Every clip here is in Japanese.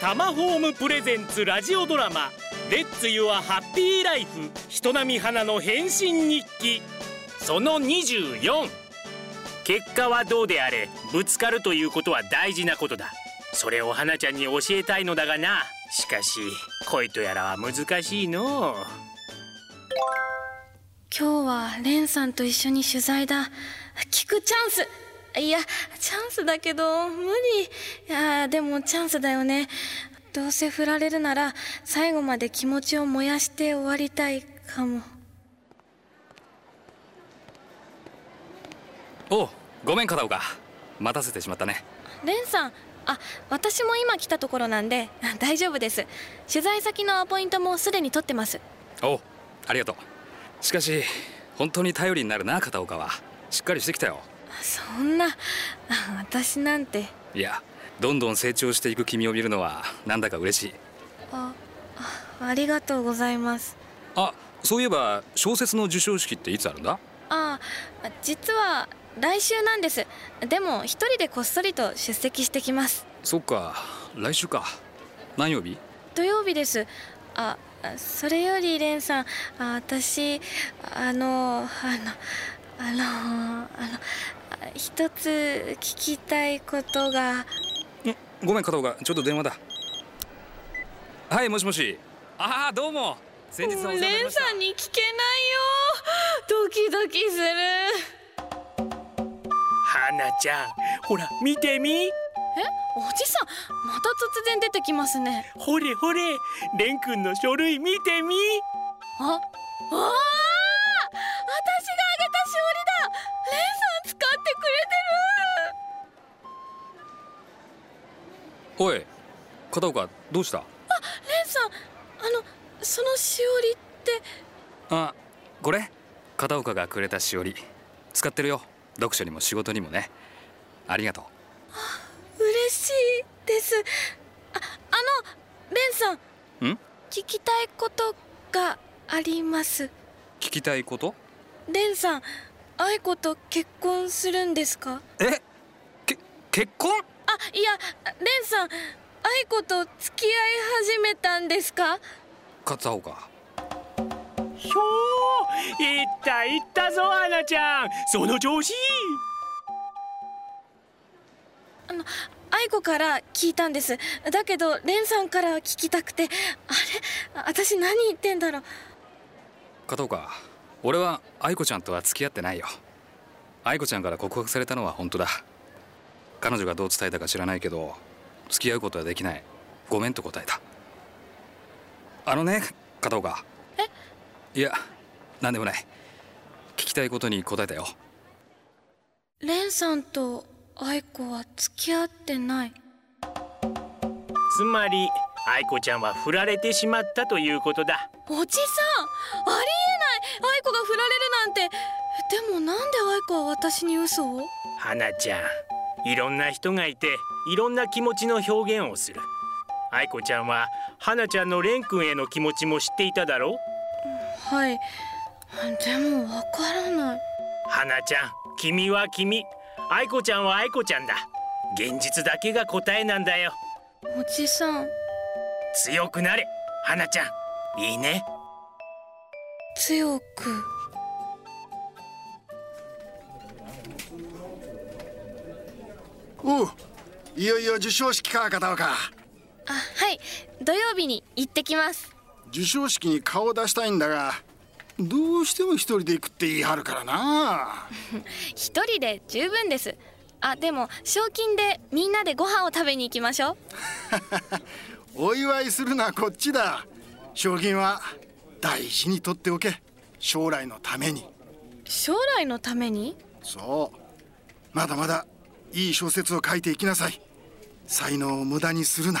タマホームプレゼンツラジオドラマ「レッツ・ユア・ハッピー・ライフ」人並み花の変身日記その24結果はどうであれぶつかるということは大事なことだそれを花ちゃんに教えたいのだがなしかし恋とやらは難しいのう今日はレンさんと一緒に取材だ聞くチャンスいやチャンスだけど無理いやでもチャンスだよねどうせ振られるなら最後まで気持ちを燃やして終わりたいかもおうごめん片岡待たせてしまったねレンさんあ私も今来たところなんで大丈夫です取材先のアポイントもすでに取ってますおうありがとうしかし本当に頼りになるな片岡はしっかりしてきたよそんな私なんていやどんどん成長していく君を見るのはなんだか嬉しいあありがとうございますあそういえば小説の授賞式っていつあるんだああ実は来週なんですでも一人でこっそりと出席してきますそっか来週か何曜日土曜日ですあそれより蓮さんあ私あのあのあのあの一つ聞きたいことがごめん片岡ちょっと電話だはいもしもしああどうも先日はお世話になりましたさんに聞けないよドキドキする花ちゃんほら見てみえおじさんまた突然出てきますねほれほれ蓮くんの書類見てみあわあ私があげたしおりだレンさん使ってくれおい片岡どうしたてるレンさんあのそのしおりってあこれ片岡がくれたしおり使ってるよ読書にも仕事にもねありがとう嬉しいですああのレンさんん聞きたいことがあります聞きたいことレンさん愛子と結婚するんですかえけ結婚あいやレンさん愛子と付き合い始めたんですか片岡ひょーいったいったぞ花ちゃんその調子あの愛子から聞いたんですだけどレンさんから聞きたくてあれあ私何言ってんだろう片岡俺は愛子ちゃんとは付き合ってないよ愛子ちゃんから告白されたのは本当だ彼女がどう伝えたか知らないけど付き合うことはできないごめんと答えたあのね片岡いや何でもない聞きたいことに答えたよレンさんと愛子は付き合ってないつまり愛子ちゃんは振られてしまったということだおじさんありえない愛子が振られるなんてでもなんで愛子は私に嘘を花ちゃんいろんな人がいていろんな気持ちの表現をする愛子ちゃんは花ちゃんの蓮くんへの気持ちも知っていただろうはいでもわからない花ちゃん君は君愛子ちゃんは愛子ちゃんだ現実だけが答えなんだよおじさん強くなれ花ちゃんいいね強くおういよいよ授賞式か片岡あはい土曜日に行ってきます授賞式に顔を出したいんだがどうしても一人で行くって言い張るからな一人で十分ですあでも賞金でみんなでご飯を食べに行きましょうお祝いするのはこっちだ賞金は大事に取っておけ将来のために将来のためにそうまだまだいい小説を書いていきなさい才能を無駄にするな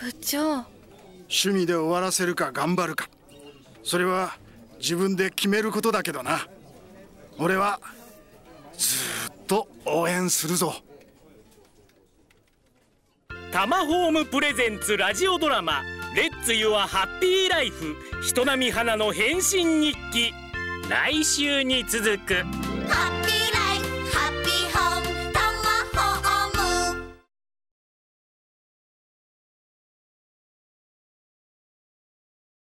部長趣味で終わらせるか頑張るかそれは自分で決めることだけどな俺はずーっと応援するぞタマホームプレゼンツラジオドラマ「レッツ・ユア・ハッピー・ライフ人並み花の変身日記」来週に続くハッピー